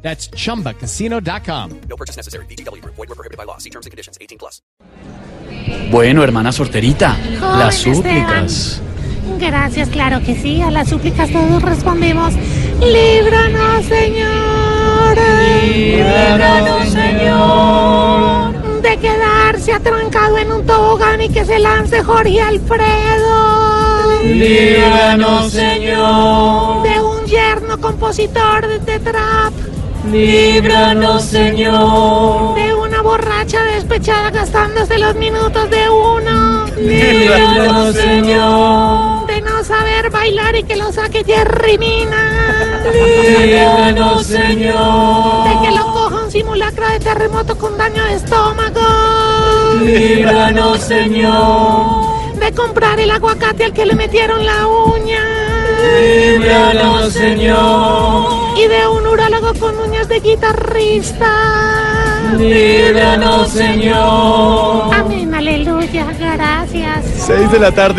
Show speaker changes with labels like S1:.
S1: That's chumbacasino.com.
S2: No purchase necessary. BGW. Void were prohibited by law. See terms and conditions. 18 plus.
S3: Bueno, hermana sorterita,
S4: Joven
S3: las
S4: Esteban.
S3: súplicas.
S4: Gracias, claro que sí. A las súplicas todos respondemos. Líbranos, Señor. Líbranos, Señor. De quedarse atrancado en un tobogán y que se lance Jorge Alfredo.
S3: Líbranos, Señor.
S4: De un yerno compositor de, de trap.
S3: Líbranos, Señor.
S4: De una borracha despechada gastándose los minutos de uno.
S3: Líbranos, Señor.
S4: De no saber bailar y que lo saque Jerry Mina.
S3: Líbranos, Señor.
S4: De que lo coja un simulacro de terremoto con daño de estómago.
S3: Líbranos, Señor.
S4: De comprar el aguacate al que le metieron la uña.
S3: Líbranos, Señor.
S4: Y de un urólogo con uñas de guitarrista.
S3: Líbranos, Señor.
S4: Amén, aleluya, gracias.
S5: Seis de la tarde.